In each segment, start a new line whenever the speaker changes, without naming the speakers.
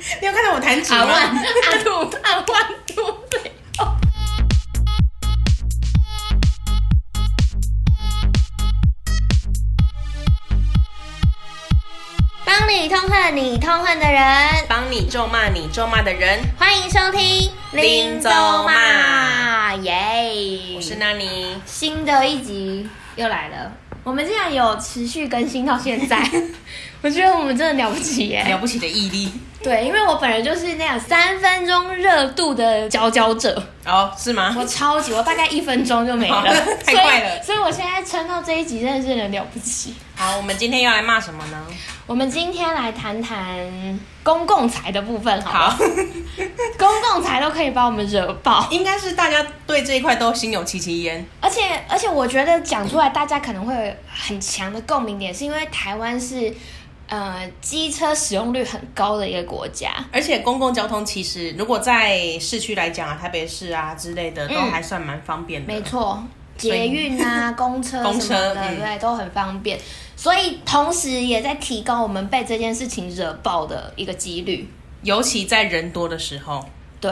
你有看到我弹琴
啊
阿万
吗？
阿杜阿万杜对。
帮你痛恨你痛恨的人，
帮你咒骂你咒骂的人，
欢迎收听
林州骂，
耶！
我是那尼。
新的一集又来了，我们竟然有持续更新到现在， 我觉得我们真的了不起耶！
哎了不起的毅力
对，因为我本人就是那样三分钟热度的佼佼者，
哦，是吗？
我超级，我大概一分钟就 没了，
太快了
所以所以我现在撑到这一集真的是很了不起。
好，我们今天要来骂什么呢？
我们今天来谈谈公共财的部分好了，
好，
公共财都可以把我们惹爆，
应该是大家对这一块都心有戚戚焉。
而且而且我觉得讲出来大家可能会有很强的共鸣点，是因为台湾是呃机车使用率很高的一个国家，
而且公共交通其实如果在市区来讲啊，台北市啊之类的，都
嗯
还算蛮方便的。
没错，
所以
捷 运啊、公车
公
什么
车
的，
嗯
对，都很方便。所以同时也在提高我们被这件事情惹爆的一个几率。
尤其在人多的时候，
对，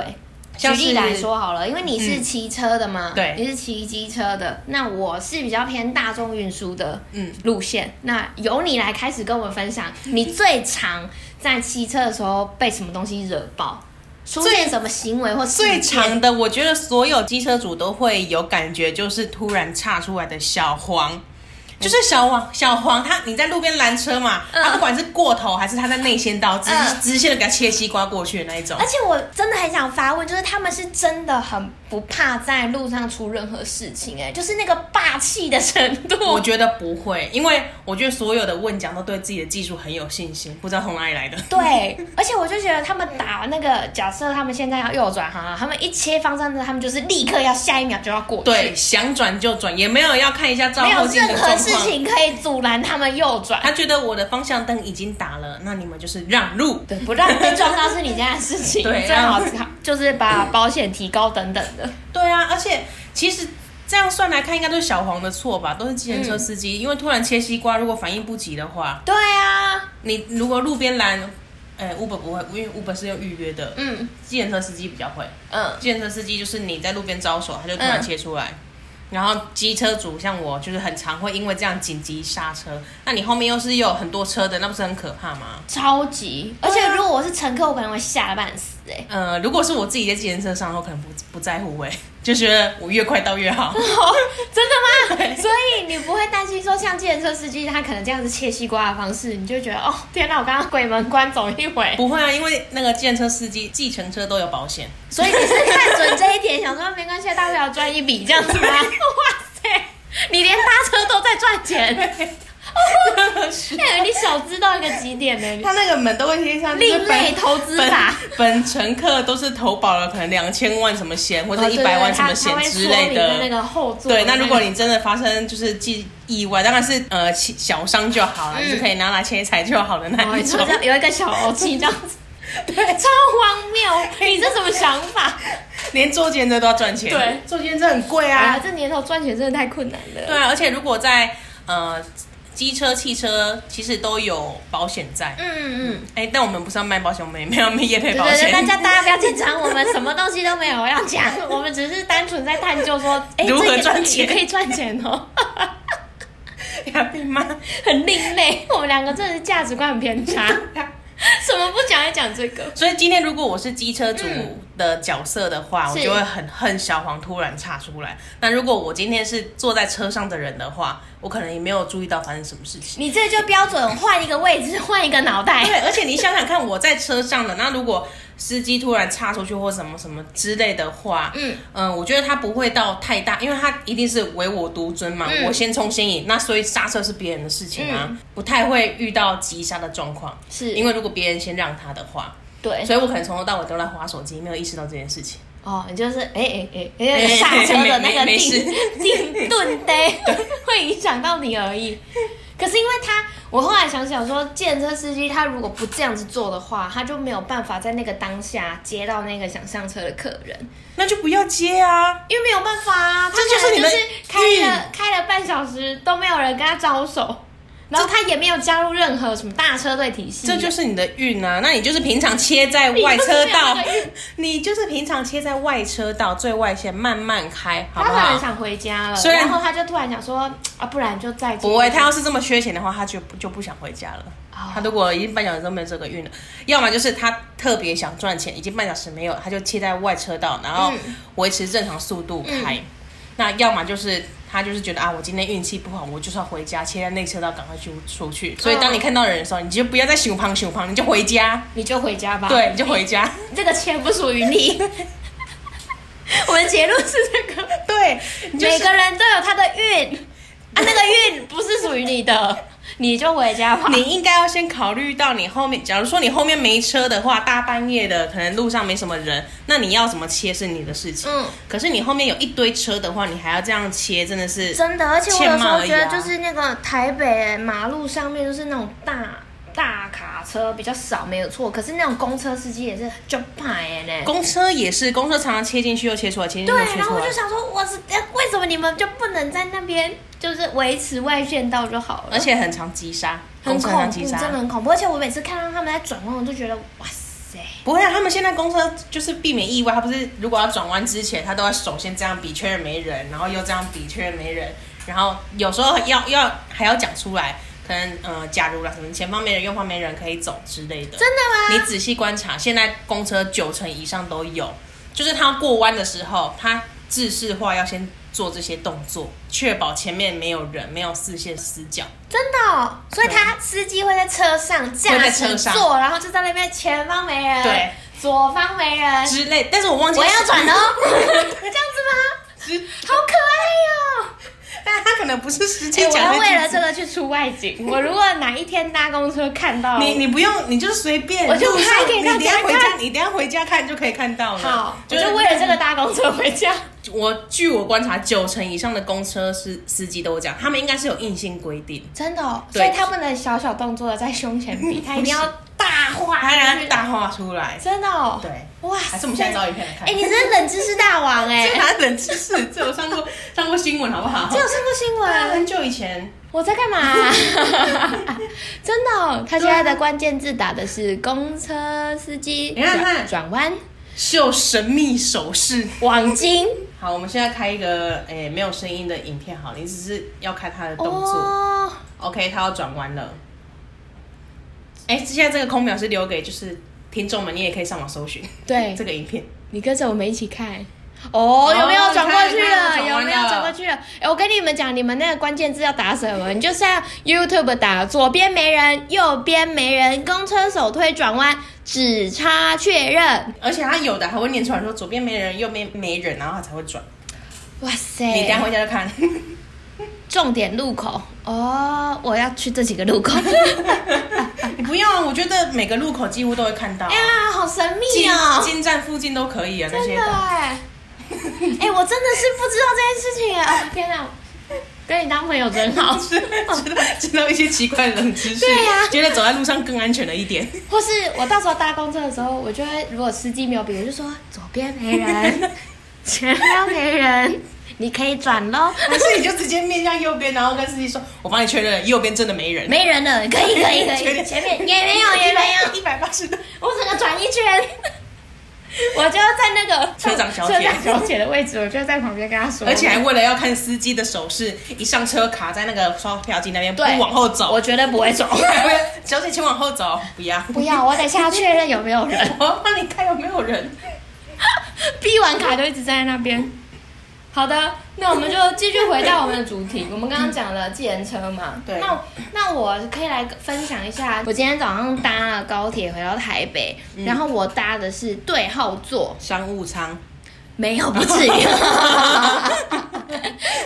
举
像是
例来说好了，因为你是
嗯
骑车的嘛，
对
你是骑机车的，那我是比较偏大众运输的
嗯
路线。那由你来开始跟我们分享，你最常在骑车的时候被什么东西惹爆？出现什么行为或事
最
件
长的，我觉得所有机车主都会有感觉，就是突然岔出来的小
嗯
黄。就是小黄，小黄他你在路边拦车嘛，他不管是过头还是他在内线道直
嗯
直线的给他切西瓜过去的那一种
而，且我真的很想发问，就是他们是真的很不怕在路上出任何事情、哎，就是那个霸气的程度。
我觉得不会，因为我觉得所有的问奖都对自己的技术很有信心，不知道从哪里
嗯
来的。
对，而且我就觉得他们打那个，假设他们现在要右转哈，他们一切方向灯，他们就是立刻要下一秒就要过去，
对，，想转就转，也没有要看一下照
没有
后镜的
任何
状
事
况。
情可以阻拦他们右转。
他觉得我的方向灯已经打了，那你们就是让路。
对，不让被撞到是你家的事情，
对
最好
让
就是把保险提高等等的。
对啊，而且其实这样算来看，应该都是小黄的错吧？都是计程车司机，因为突然切西瓜，如果反应不及的话，
对啊，
你如果路边拦，哎、u b e r 不会，因为 Uber 是用预约的，
嗯
计程车司机比较会。
嗯，
计程车司机就是你在路边招手，他就突然
嗯
切出来。然后机车主像我，就是很常会因为这样紧急刹车。那你后面又是有很多车的，那不是很可怕吗？
超级。而且如果我是乘客，我可能会吓得半死哎、
呃，如果是我自己在计程车上的话，我可能不不在乎哎、就觉得我越快到越好。
哦， 真的吗？ 所以你不会担心说，像计程车司机他可能这样子切西瓜的方式，你就觉得哦，天哪，我刚刚鬼门关走一回。
不会啊，因为那个计程车司机、计程车都有保险。
所以你是看准这一点，想说没关系，大不了赚一笔这样子 吗？哇塞，你连搭车都在赚 钱，哎、你小知道一个极点 呢、
他那个门都会贴上就是
另类
本
投资
本
法。
本乘客都是投保了可能两千万什么险，或者
哦
一
对对
百万什
他
么
他
险
会
之
说
类
明
的。
在那个后座的
对，
那
那
个。
如果你真的发生就是记意外，当然是呃其小伤就好了，
嗯
就是可以拿来切财就好的
哦，
那一
你说
种。
这样有一个小欧气这样子，对，超荒谬！你这什么想法？
连坐监车都要赚钱，
对，
坐监车很贵
哎
啊
呀，。这年头赚钱真的太困难了。
对啊，而且如果在呃机车、汽车其实都有保险在。
嗯嗯，
哎、但我们不是要卖保险，我们也没有卖业配
对
保
对
险
对，。大家大家不要紧张，我们什么东西都没有要讲，我们只是单纯在探究说，哎，
如何
这个
赚钱
也可以赚钱哦，
要被骂。
很另类。我们两个真的是价值观很偏差， 什么不讲也讲这个。
所以今天如果我是机车主的角色的话，我
嗯是
就会很恨小黄突然岔出来。那如果我今天是坐在车上的人的话，我可能也没有注意到发生什么事情。
你这就标准换一个位置，换一个脑袋。
对，而且你想想看，我在车上的那如果司机突然插出去或什么什么之类的话，
嗯
嗯、我觉得他不会到太大，因为他一定是唯我独尊嘛，
嗯
我先冲先赢，那所以刹车是别人的事情啊，不太会遇到急刹的状况，
是
因为如果别人先让他的话，
对，
所以我可能从头到尾都在划手机，没有意识到这件事情。
哦，你就是哎哎哎哎，刹车的那个
没没没
定
事
定顿呆，会影响到你而已。可是因为他，我后来想想说，建车司机他如果不这样子做的话，他就没有办法在那个当下接到那个想上车的客人，
那就不要接啊！
因为没有办法啊，他
这就是
可能
你
就
们
是开了
运
开了半小时都没有人跟他招手，然后他也没有加入任何什么大车队体系，
这就是你的运啊！那你就是平常切在外车道
你 就是没有那个运，
你就是平常切在外车道最外线慢慢开，好
他
不
可能
好？
想回家了，
虽然
然后他就突然想说啊，不然就再
不会，他要是这么缺钱的话，他就就不想回家了。
哦
他如果已经半小时都没有这个运了，要么就是他特别想赚钱，已经半小时没有，他就切在外车道，然后维持正常速度开。那要么就是他就是觉得啊，我今天运气不好，我就是要回家，切在内车道，赶快去出去。所以当你看到人的时候，你就不要再熊胖熊胖，你就回家，
你就回家吧。
对，你就回家。
这个钱不属于你。 我们结论是这个，
对，你 就是
每个人都有他的运啊，那个 运不是属于你的，你就回家吧。
你应该要先考虑到你后面，假如说你后面没车的话，大半夜的可能路上没什么人，那你要怎么切是你的事情。
嗯
可是你后面有一堆车的话，你还要这样切，真的是
真的，而且我有时候觉
欠骂而已
得
啊
就是那个台北马路上面就是那种大大卡车比较少，没有错。可是那种公车司机也是就派呢。
公车也是，公车常常切进去又切出来，切进去又
对，
切
然
出
后我
来
就。想说，我是呃为什么你们就不能在那边就是维持外线道就好了？
而且很常急刹，
很
公车
恐
很常
怖，
急
真的
刹。
很恐怖。而且我每次看到他们在转弯，我都觉得哇塞，
不会啊，他们现在公车就是避免意外，他不是如果要转弯之前，他都要首先这样比确认没人，然后又这样比确认没人，然后有时候要要还要讲出来，可能呃，假如啦什么前方没人，右方没人可以走之类的。
真的
你
吗？
仔细观察，现在公车九成以上都有，就是他过弯的时候，他制式化要先做这些动作，确保前面没有人，没有视线死角。
真的哦、所以他司机会在车上驾
在
驶
车上
座，然后就在那边前方没人，
对，
左方没人，
之类，但是我忘记
哎我要转哦， 这样子
之
吗？好可爱哟、
但他可能不是时
哎、
间
我
讲
要
那
为了
句子。
这个去出外景。我如果哪一天搭公车看到
你你不用，你就随便，
我就
路上
拍给
你
大
等一下
家
回家，
看
你等一下回家看就可以看到了。
好，我就为了这个搭公车回 家。
我据我观察，九成以上的公车司司机都这样，他们应该是有硬性规定，
真的哦、所
对
以他不能小小动作的在胸前比，他一定要大画
他
面，
让它大画出来。
真的、哦。
对，
哇塞
还是我们现在找影片来看
哎、。你真是冷知识大王哎、
这哪冷知识？这有上过上过新闻好不好？
这有上过新闻？
啊很久以前，
我在干嘛、 真的哦、他现在的关键字打的是公车司机，
你看
转
看
转弯
秀神秘手势。
网金
好，我们现在开一个诶、没有声音的影片，好了，你只是要看他的动作。
哦，
OK，他要转弯了。哎、现在这个空秒是留给就是听众们，你也可以上网搜寻
对
这，个影片。
你跟着我们一起看。哦，有没有转过去
你
了？
看你看
有没有转
转
过
过
去了？哎，我跟你们讲，你们那个关键字要打什么？你就是要 YouTube 打左边没人，右边没人，公车手推转弯，只差确认。
而且他有的还会念出来说左边没人，右边没人，然后他才会转。
哇
你等一下
塞！
回家就看。
重点路口哦，我要去这几个路 口。
你不用啊，我觉得每个路口几乎都会看到啊。
哎呀，好神秘
金
哦！
金站附近都可以啊，那
真
些
的哎，哎，我真的是不知道这件事情哎！哦，天哪，跟你当朋友 真好。
知道知道一些奇怪的冷知识，
对呀
觉得走在路上更安全了一点。
或是我到时候搭公车的时候，我就会如果司机没有别人，就说左边没 人，前方没人，你可以转喽。
还是你哦就直接面向右边，然后跟司机说：“我帮你确认，右边真的没人。
没人了，可以可以可
前
以，
面
前面也没有也没有，
一百八十度。
我整个转一圈， 我就在那个
车长小姐
车长小姐的位置，我就在旁边跟她说，
而且还为了要看司机的手势，一上车卡在那个刷票机那边，不
对
往后走。
我绝对不会走，
小姐，请往后走，不要，
不要，我等下确认有没有人，
我要帮你看有没有人。
逼完卡就一直站在那边。好的，那我们就继续回到我们的主题。我们刚刚讲了计程车嘛，
对
那那我可以来分享一下，我今天早上搭了高铁回到台北，
嗯
然后我搭的是对号座，
商务舱，
没有 不至于，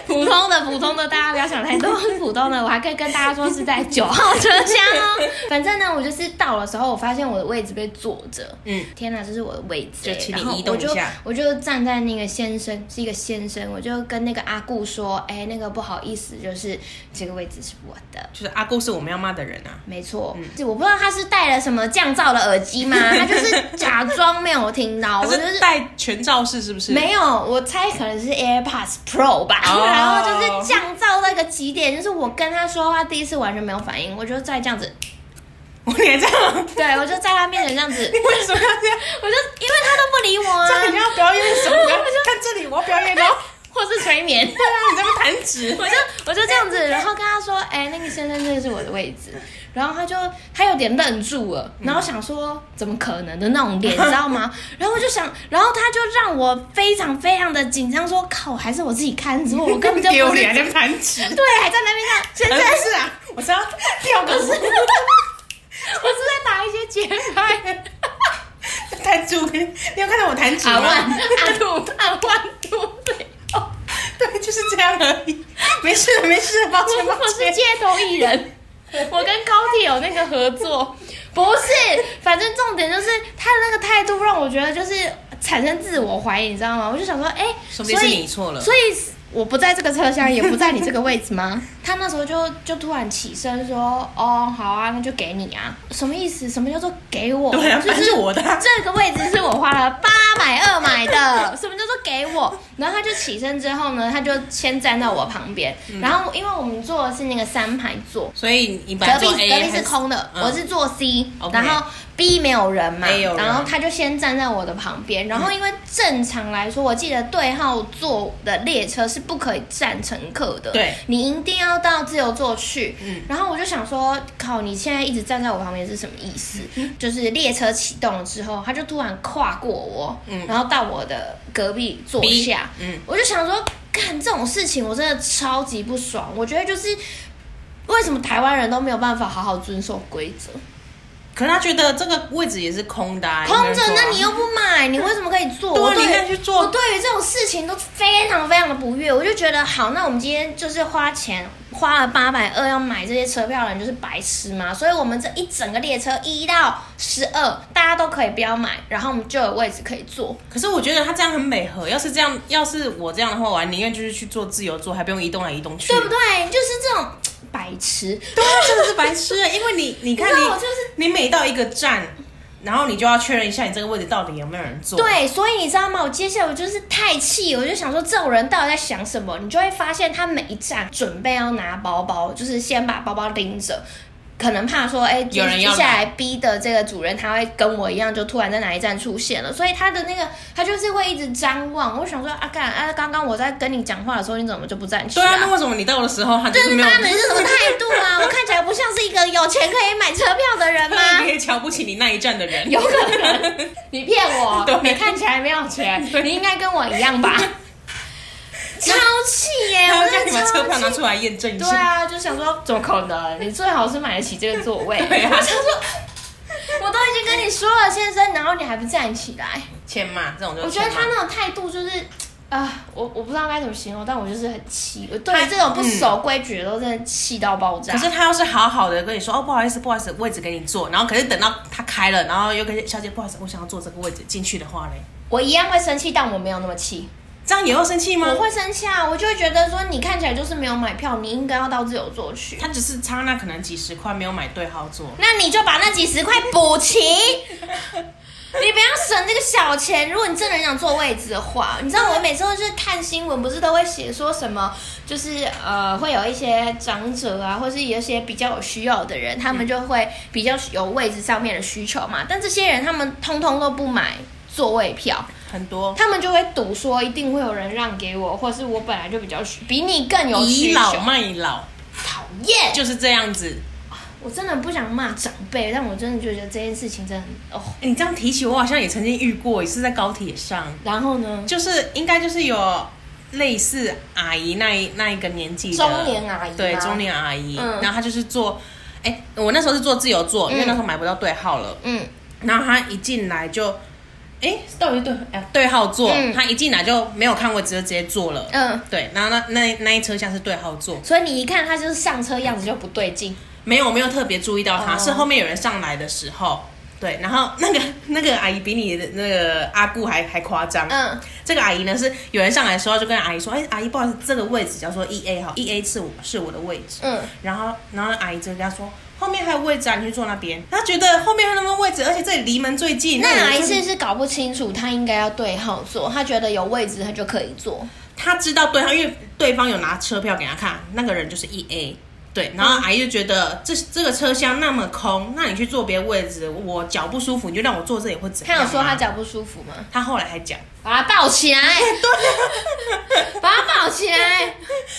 普通的普通的，大家不要想 太多，是普通的。我还可以跟大家说是在九号车厢哦。反正呢，我就是到的时候，我发现我的位置被坐着，
嗯，
天哪，这是我的位置欸、
就请你
然后
移动一下
我就我就站在那个先生，是一个先生，我就跟那个阿顾说，哎、那个不好意思，就是这个位置是我的。
就是阿姑是我们要骂的人啊。
没错，就我不知道他是戴了什么降噪的耳机吗？他就是假装没有听到，我
他
就是是
戴全罩式是不是？
没有，我猜可能是 AirPods Pro 吧。
哦
然后就是降噪那个极点，就是我跟他说话第一次完全没有反应，我就在这样 子，
我连这 样，
对我就在他面 前这样子，
为什么要这样？
我就因为他都不理我
这样你
啊，
要表演 什么？看这里，我要表演哦。
或是催 眠，
对啊，你在那边弹指，
我就我就这样子，然后跟他说，哎、那个先生，这个是我的位 置，然后他就他有点愣住了，
嗯
然后想说怎么可能的那种脸，你知道 吗？然后我就想，然后他就让我非常非常的紧张，说靠，还是我自己看错，我根本就不是
丢脸，在那边弹指。
对，还在那边看，先
不
生。
是啊，我是要跳个舞，
我是在打一些节 拍，
弹珠。你有看到我弹指
阿啊万
吗？
阿杜阿啊万杜对，哦，
对，就是这样而已。没事了，没事了，抱
我
歉，抱
我是
歉。
街头艺人， 我跟高铁有那个合作，不是，反正重点就是他的那个态度让我觉得就是产生自我怀疑，你知道吗？我就想说，哎、
说
所
不定
以
是你错了
所以我不在这个车厢，也不在你这个位置吗？ 他那时候就就突然起身说，哦，好啊，那就给你啊，什么意思？什么叫做给我？
对啊，
就
反正
是
是我的啊。
这个位置是我花了八百二买的，什么叫做给我？然后他就起身之后呢，他就先站到我旁边，
嗯
然后因为我们坐的是那个三排座，
所以你本
隔
来
壁
做 A
隔壁
还
是空的，
嗯
我是坐 C，
OK
然后 B 没有人嘛
A 有，人嗯
然后他就先站在我的旁边，然后因为正常来说，我记得对号座的列车是不可以站乘客的，
对
你一定要到自由座去。
嗯
然后我就想说，靠，你现在一直站在我旁边是什么意思？
嗯
就是列车启动了之后，他就突然跨过我，
嗯
然后到我的隔壁坐
B
下，
嗯，
我就想说，干这种事情我真的超级不爽。我觉得就是为什么台湾人都没有办法好好遵守规则？
可是他觉得这个位置也是空的啊，
空
也没
着
人坐啊，
那你又不买，你为什么可以做？
对啊
我
你应该去做
我对于这种事情都非常非常的不悦，我就觉得好，那我们今天就是花钱花了八百二要买这些车票的人就是白痴嘛，所以我们这一整个列车一到十二大家都可以不要买，然后我们就有位置可以坐。
可是我觉得他这样很美和，要是这样，要是我这样的话，我还宁愿就是去做自由做，还不用移动来移动去，
对不？对？就是这种白痴，
对啊，真的是白痴，因为你你看
你知
你
道我就是
你每到一个站，然后你就要确认一下你这个位置到底有没有人坐。，
对，所以你知道吗？我接下来我就是太气，我就想说这种人到底在想什么？你就会发现他每一站准备要拿包包，就是先把包包拎着。可能怕说，哎、接
有人
接
要
下来逼的这个主人他会跟我一样，就突然在哪一站出现了，所以他的那个他就是会一直张望。我想说，啊干啊，刚刚我在跟你讲话的时候，你怎么就不站起啊
对
来？
啊，那为什么你到的时候他就
这
是
是
没有？
妈们是什么态度啊？我看起来不像是一个有钱可以买车票的 人吗？
你也瞧不起你那一站的人。
有可能你骗 我
对，
你看起来没有钱，你应该跟我 一样吧？超气耶！
他
我
要叫
真
你
的
把车票
超
拿
气。
出来验证一
对
下。
啊，就想说怎么可能？你最好是买得起这个座位。
对啊
我想说，我都已经跟你说了，先生，然后你还不站起来？
欠骂这种就
我
是
觉得
欠骂
他那种态度就是，啊、我我不知道该怎么形容，但我就是很气。我对于这种不守规矩的都真的气到爆炸。
可是他要啊是好好的跟你说哦，不好意思，不好意思，位置给你坐，然后可是等到他开了，然后又跟小姐不好意思，我想要坐这个位置进去的话嘞，
我一样会生气，但我没有那么气。
这样也要生气吗
我？会生气啊！我就会觉得说，你看起来就是没有买票，你应该要到自由座去。
他只是差那可能几十块没有买对号座，
那你就把那几十块补齐，你不要省这个小钱。如果你真的很想坐位置的话，你知道我每次都是看新闻，不是都会写说什么，就是呃，会有一些长者啊，或是有一些比较有需要的人，他们就会比较有位置上面的需求嘛。但这些人他们通通都不买座位票，
很多
他们就会赌说一定会有人让给我，或是我本来就比较需比你更有需
倚
求。
老卖老
讨厌！
就是这样子。
我真的不想骂长辈，但我真的觉得这件事情真的很哦。
欸你这样提起，我好像也曾经遇过，也是在高铁上，
然后呢，
就是应该就是有类似阿姨那一那一个年纪的
中年阿姨吗
对中年阿姨，
嗯
然后她就是坐，哎、我那时候是坐自由座，因为那时候买不到对号了。
嗯，
然后他一进来就，哎，到底是对哎对号座，
嗯
他一进来就没有看位置就直接坐了。
嗯，
对，然后那那那一车厢是对号座，
所以你一看他就是上车样子就不对劲，
没有没有特别注意到他，
哦
是后面有人上来的时候。对，然后那个 那个阿姨比你的那个阿姑还还夸张。
嗯，
这个阿姨呢是有人上来的时候就跟阿姨说：“哎，阿姨，不好意思，这个位置叫做 E A 哈，E A 是我是我的位置。”
嗯，
然后然后阿姨就跟他说：“后面还有位置啊，你去坐那边。”她觉得后面还有那么多位置，而且这里离门最近。
那
我
阿姨
就是
不是搞不清楚，他应该要对号坐，他觉得有位置他就可以坐，
他知道对方，因为对方有拿车票给他看，那个人就是 E A。对，然
嗯
后阿姨就觉得这这个车厢那么空，那你去坐别的位置，我脚不舒服，你就让我坐这里会怎
他
样？啊
有说他，脚不舒服吗？
他后来还讲，
把他抱 起来，对，把他抱起来，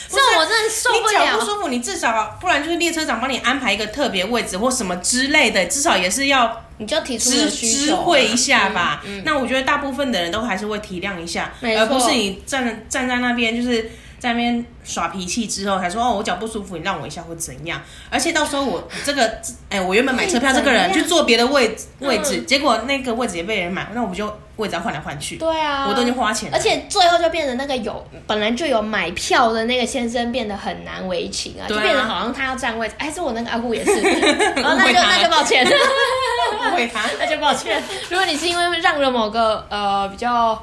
这我真的受不
你脚不
了。
舒服，你至少不然就是列车长帮你安排一个特别位置或什么之类的，至少也是要
你就提出你
知
的需
知
求啊，嗯
会一下吧。那我觉得大部分的人都还是会体谅一下，
没错
而不是你站站在那边就是在那边耍脾气之后才说哦我脚不舒服，你让我一下或怎样。而且到时候 我这个哎、我原本买车票这个人
哎怎
去
样
坐别的位置位置，
嗯
结果那个位置也被人买，那我们就位置要换来换去，
对啊，
我都已经花钱了
而且最后就变成那个有本来就有买票的那个先生变得很难为情啊，
对
就
啊
变得好像他要占位置，哎，这我那个阿 姑也是，哦，那
误会
就
他
那就抱 歉，
误会他。
那就抱歉。如果你是因为让了某个呃比较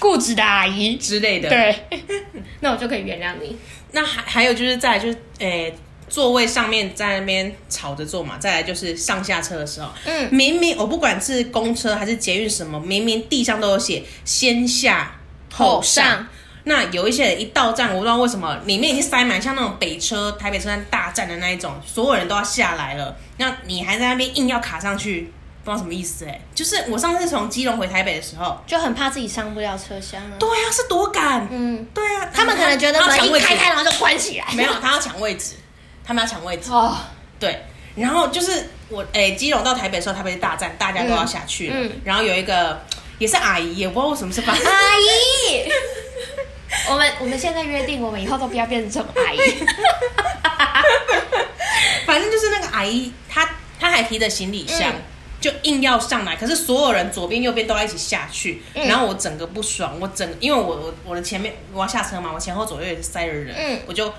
固执的阿姨，
之类的，
对， 那我就可以原谅你。
那还还有就是再来就是诶、座位上面在那边吵着坐嘛，再来就是上下车的时候，
嗯
明明哦我不管是公车还是捷运什么，明明地上都有写先下后上。
后上
那有一些人一到站，我不知道为什么里面已经塞满，像那种北车、台北车站大站的那一种，所有人都要下来了，那你还在那边硬要卡上去，不知道什么意思哎、就是我上次从基隆回台北的时候，
就很怕自己上不了车厢啊。
对啊，是多赶，
嗯，
对啊，
他们可能觉得
他
门
抢
一
位置
开开，然后就关起来。
没有，他要抢位置，他们要抢位置。
哦，
对，然后就是我诶、基隆到台北的时候，台北是大战，大家都要下去了。
嗯
然后有一个也是阿姨，也不知道为什么是 发
阿姨， 我们我们现在约定，我们以后都不要变成这种阿姨。
反正就是那个阿姨，她她还提着行李箱。
嗯
就硬要上来，可是所有人左边右边都要一起下去，
嗯
然后我整个不爽，我整因为我我我的前面我要下车嘛，我前后左右也是塞了人，
嗯
我就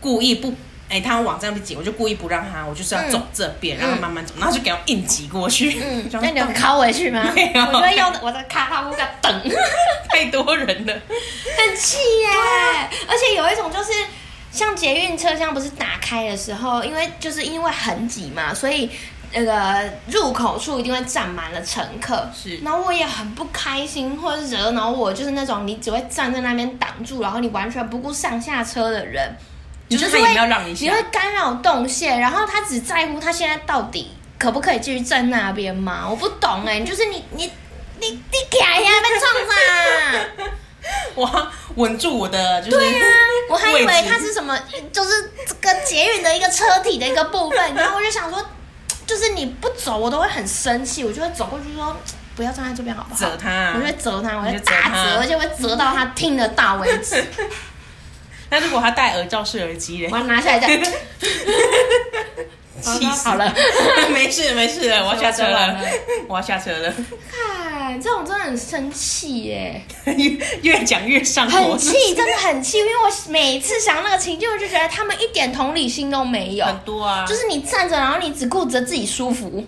故意不哎、他往这样挤，我就故意不让他，我就是要
嗯
走这边，让他慢慢走，然后就给他硬挤过去，
嗯，
就
那你有拷回去吗？
没有
我就会用我的卡拉乌卡等，
太多人了，
很气耶、啊而且有一种就是。像捷运车厢不是打开的时候，因为就是因为很挤嘛，所以那个入口处一定会站满了乘客。
是
然后我也很不开心，或者惹恼我就是那种你只会站在那边挡住，然后你完全不顾上下车的人。
就是
就是
他
会
也没有让你下
你会干扰动线，然后他只在乎他现在到底可不可以继续站那边嘛？我不懂哎、就是你你你你啊给呀被撞 啦！
我要稳住我的就是对呀、
啊我还以为它是什么，就是这个捷运的一个车体的一个部分，然后我就想说，就是你不走我都会很生气，我就会走过去说不要站在这边好不好？
责他
我就会责他，我
你就
会
责
大
他
责，而且会责到他听得到欸 为止。
那如果他戴耳罩式耳机嘞
我？要拿下来再
气死
好了，
没事没事了，我要下车 了，我要下车了，
看，这种真的很生气欸耶、
越越讲越上火，
很气，真的很气，因为我每次想到那个情境，我就觉得他们一点同理心都没有。
很多啊，
就是你站着，然后你只顾着自己舒服，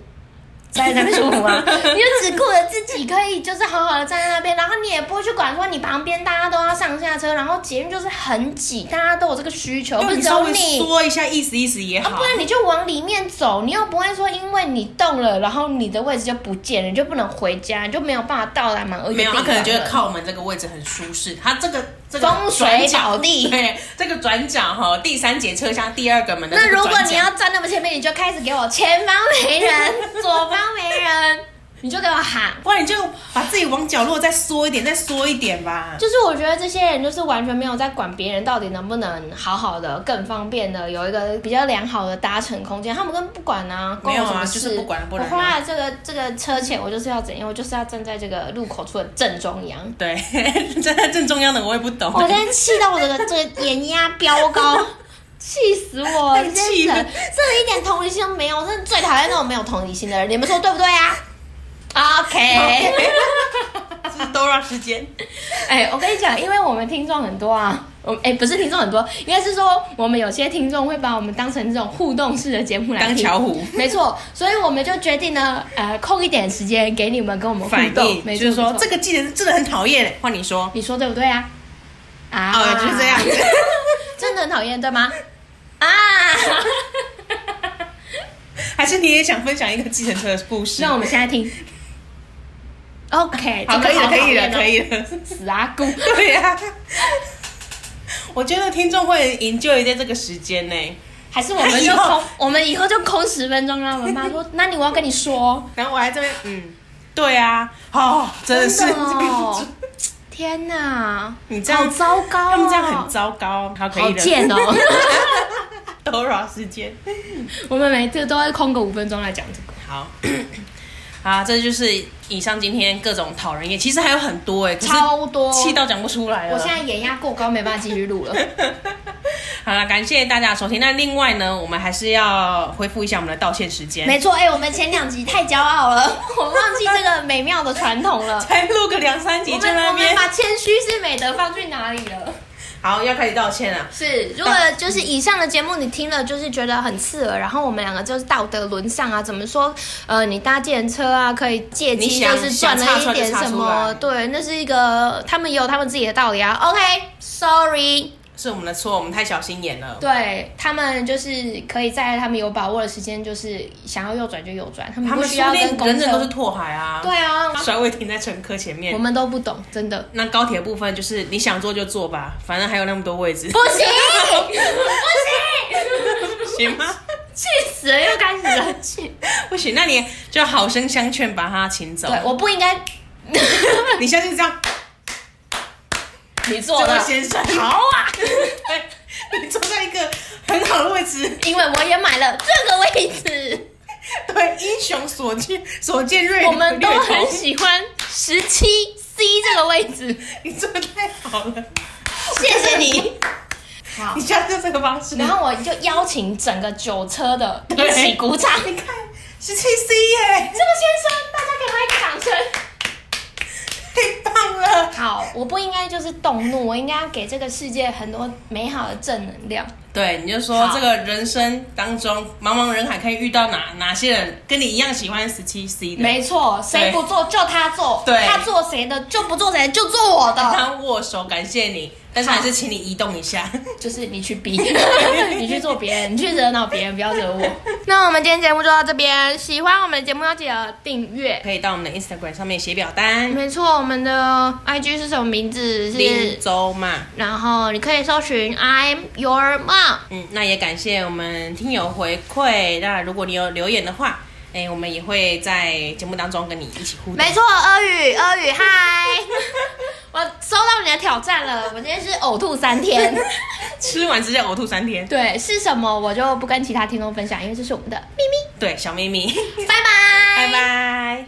站在那边舒 服吗？你就只顾着自己可以，就是好好的站在那边，然后你也不会去管说你旁边大家都要上下车，然后捷运就是很挤，大家都有这个需求，不
对
是
你
只
稍
有
微
你。
说一下意思意思也
啊，
好
不，然你就往里面走，你又不会说因为你动了，然后你的位置就不见了，你就不能回家，你就没有办法到达满额
没有他可能觉得
靠。
靠门这个位置很舒适，他这个这个
风水
转角
宝地
对这个转角哈，第三节车厢第二个门的
那
这个
如果
转
你
角
要站那么前面，你就开始给我前方没人， 左方没人，你就给我喊。
不然你就把自己往角落再缩一点，再缩一点吧。
就是我觉得这些人就是完全没有在管别人到底能不能好好的、更方便的有一个比较良好的搭乘空间，他们根本不管啊，关
没有
我
啊
什么事？
就是不管不然啊
我花了这个这个车钱，我就是要怎样，我就是要站在这个路口处的正中央。
对， 站在正中央的我也不懂，
我今天气到我这个这个眼压飙 高，气死我了！
太
真
气
的，
了
真的一点同理心都没有，我真的最讨厌那种没有同理心的人。你们说对不对啊？OK，
这是都让时间。
哎，我跟你讲，因为我们听众很多啊，我们哎不是听众很多，应该是说我们有些听众会把我们当成这种互动式的节目来
当
听
巧虎
没错，所以我们就决定呢，呃，空一点时间给你们跟我们互
反
动，
应，
没错
就是说
没错
这个技能真的很讨厌嘞。换你说，
你说对不对啊？啊
哦，就是这样，
真的很讨厌，对吗？ 啊！
还是你也想分享一个计程车的故事？
那我们现在听。 OK，
好，可以了，可以了，可
以。
以了。
哦死阿姑，
对呀、我觉得听众会 enjoy 在这个时间呢、
还是我 们
以
就
后
空，我们以后就空十分钟，让我们 妈说，那你我要跟你说，哦
然后我还这边，嗯，对啊，哦，真的是，
真的哦天哪，
你这样
好糟糕、哦，
他们这样很糟糕。好，可
好
以了。
贱哦。
Dora 时间，
我们每次都会空个五分钟来讲这个。
好。 啊，这就是以上今天各种讨人厌，其实还有很多哎、可是
超多
气到讲不出来了。
我现在眼压过高，没办法继续录了。
好了，感谢大家的收听。那另外呢，我们还是要恢复一下我们的道歉时间，
没错，哎、我们前两集太骄傲了， 我忘记这个美妙的传统 了。
才录个两三集
我
就
们
在那
我们
边，
把谦虚是美德放去哪里了？
好要开始道歉了。
是，如果就是以上的节目你听了就是觉得很刺耳，然后我们两个就是道德沦丧啊，怎么说？呃，你搭计程车啊，可以借
你
机
想
就是赚了一点
想插
什
出来
么，对，那是一个他们也有他们自己的道理啊。OK，sorry，、
是我们的错，我们太小心眼了。
对他们就是可以在他们有把握的时间，就是想要右转就右转，他们
他
不
们
需
说
要
不
跟
定
公
人人都是
车。
拓海啊，
对啊，
甩尾停在乘客前
我
面。
们都不懂，真的
那高铁部分就是你想坐就坐吧，反正还有那么多位置
不，行， 不 行，
行吗？
气死了，又开始生气。
不行，那你就好生相劝把他请走
对。，我不应该，
你下次这样，
你做
这位
的，
先生，
好啊，
对，你坐在一个很好的位置，
因为我也买了这个位 置，
对，英雄所见所见略
我们都
略
很
同
喜欢十七 C 这个位置，
你做的太好了，
谢谢你。好
你，下次就这个方式。
然后我就邀请整个酒车的
对
一起鼓掌。
你看十七 C 耶，
这个先生，大家给他一个掌声。
太棒了。
好，我不应该就是动怒，我应该要给这个世界很多美好的正能量。
对，你就说
好
这个人生当中茫茫人海可以遇到哪哪些人跟你一样喜欢十七 C 的，
没错，谁不做就他做，
对
他做谁的就不做谁的，就做我
跟
的。
他握手感谢你，但是还是请你移动一 下。
就是你去逼， 你去做别人，你去惹恼别人，不要惹我。那我们今天节目就到这边，喜欢我们的节目要记得订阅。
可以到我们的 Instagram 上面写表单，
没错，我们的 IG 是什么名字？
林
是，
州嘛，
然后你可以搜寻 I'm your mom。
嗯，那也感谢我们听友回馈。那如果你有留言的话，哎、我们也会在节目当中跟你一起互动。
没错，阿宇，阿宇，嗨！ 我收到你的挑战了，我今天是呕吐三 天。
吃完直接呕吐三天。
对，是什么我就不跟其他听众分享，因为这是我们的秘密。
对，小秘密，
拜拜，
拜拜。